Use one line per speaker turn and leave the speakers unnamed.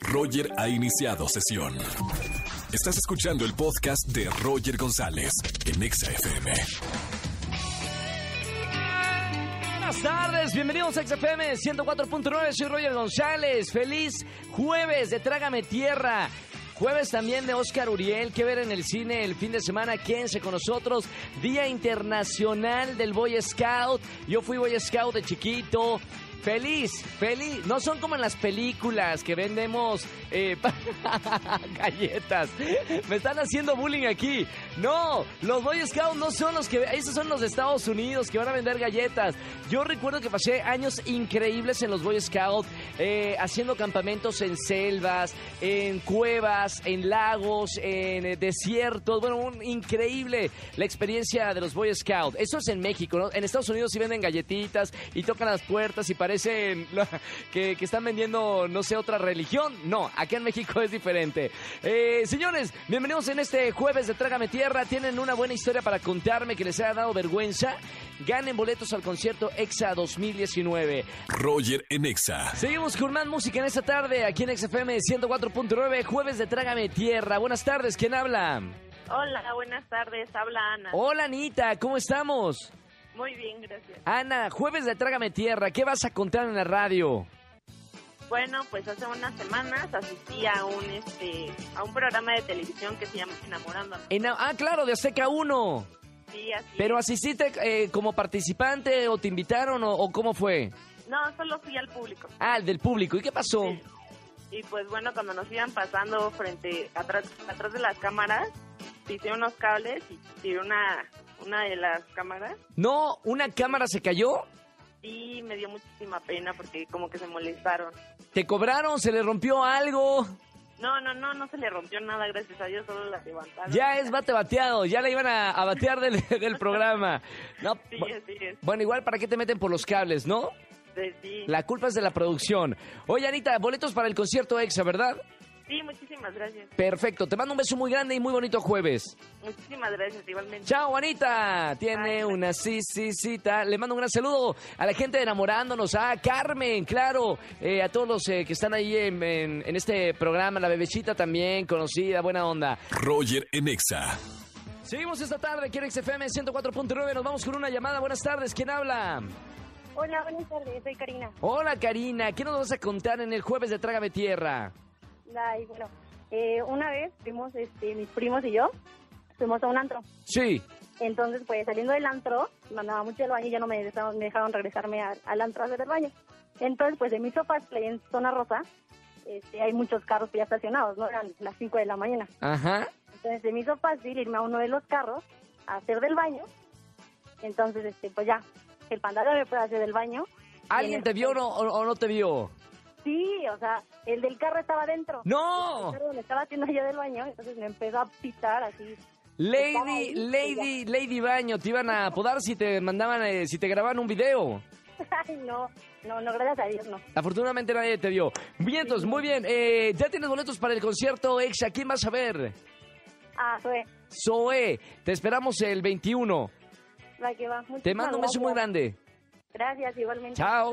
Roger ha iniciado sesión. Estás escuchando el podcast de Roger González en EXA-FM.
Buenas tardes, bienvenidos a XFM 104.9, soy Roger González, feliz jueves de Trágame Tierra. Jueves también de Oscar Uriel, que ver en el cine el fin de semana, quédense con nosotros. Día Internacional del Boy Scout, yo fui Boy Scout de chiquito. Feliz, feliz. No son como en las películas que vendemos eh, pa- galletas. Me están haciendo bullying aquí. No, los Boy Scouts no son los que... Esos son los de Estados Unidos que van a vender galletas. Yo recuerdo que pasé años increíbles en los Boy Scouts, eh, haciendo campamentos en selvas, en cuevas, en lagos, en eh, desiertos. Bueno, un- increíble la experiencia de los Boy Scouts. Eso es en México, ¿no? En Estados Unidos sí venden galletitas y tocan las puertas y parecen la- que, que están vendiendo, no sé, otra religión. No, aquí en México es diferente. Eh, señores, bienvenidos en este jueves de Trágame Tierra. Tienen una buena historia para contarme que les haya dado vergüenza. Ganen boletos al concierto EXA 2019.
Roger en EXA.
Seguimos con más música en esta tarde aquí en XFM 104.9, jueves de Trágame Tierra. Buenas tardes, ¿quién habla?
Hola, buenas tardes. Habla Ana.
Hola Anita, ¿cómo estamos?
Muy bien, gracias.
Ana, jueves de Trágame Tierra, ¿qué vas a contar en la radio?
Bueno, pues hace unas semanas asistí a un este a un programa de televisión que se llama Enamorándome.
En- ah, claro, de Azteca 1.
Sí, así.
¿Pero asististe eh, como participante o te invitaron o, o cómo fue?
No, solo fui al público.
Ah, el del público. ¿Y qué pasó?
Sí. Y pues bueno, cuando nos iban pasando frente atrás atrás de las cámaras, pisé unos cables y tiré una una de las cámaras
No, una cámara se cayó,
y me dio muchísima pena porque como que se molestaron.
te cobraron, se le rompió algo.
No, no, no, no se le rompió nada, gracias a Dios, solo la levantaron.
Ya es bate bateado, ya la iban a, a batear del, del programa. No,
Sí,
bu-
así es.
bueno, igual, ¿para qué te meten por los cables, no?
Sí,
La culpa es de la producción. Oye, Anita, boletos para el concierto EXA, ¿verdad?
sí, muchísimas gracias.
Perfecto, te mando un beso muy grande y muy bonito jueves.
Muchísimas gracias, igualmente.
Chao, Anita. Tiene
Bye.
una sisicita. Le mando un gran saludo a la gente de enamorándonos, a Carmen, claro, eh, a todos los eh, que están ahí en, en- en este programa, la bebecita también, conocida, buena onda.
Roger en EXA.
Seguimos esta tarde aquí en XFM 104.9. Nos vamos con una llamada. Buenas tardes, ¿quién habla?
Hola, buenas tardes, soy Karina.
Hola, Karina. ¿Qué nos vas a contar en el jueves de Trágame Tierra?
Ay, bueno, eh, una vez fuimos, este, mis primos y yo, fuimos a un antro.
Sí.
Entonces, pues saliendo del antro, me andaba mucho al baño y ya no me dejaron, me dejaron regresarme al, al antro a hacer el baño. Entonces, pues en mi cosplay en zona rosa, este, hay muchos carros ya estacionados, ¿no? Eran las 5 de la mañana.
Ajá.
Entonces, se me hizo fácil irme a uno de los carros a hacer del baño. Entonces, este, pues ya, el pantalón me puede hacer del baño.
¿Alguien te vio o no, o- o no te vio?
Sí, o sea, el del carro estaba adentro.
¡No!
Claro, me estaba haciendo yo del baño, entonces me empezó a pitar así.
Lady, Lady, Lady Baño, te iban a apodar si te mandaban, eh, si te grababan un video.
Ay, no, no, no, gracias a Dios, no.
Afortunadamente nadie te vio. Bien, entonces, muy bien. Eh, ya tienes boletos para el concierto EXA. ¿Quién vas a ver?
Ah, fue,
Zoe, te esperamos el 21.
la que va.
Te
Muchísimas
mando un beso muy
gracias.
grande.
Gracias, igualmente.
Chao.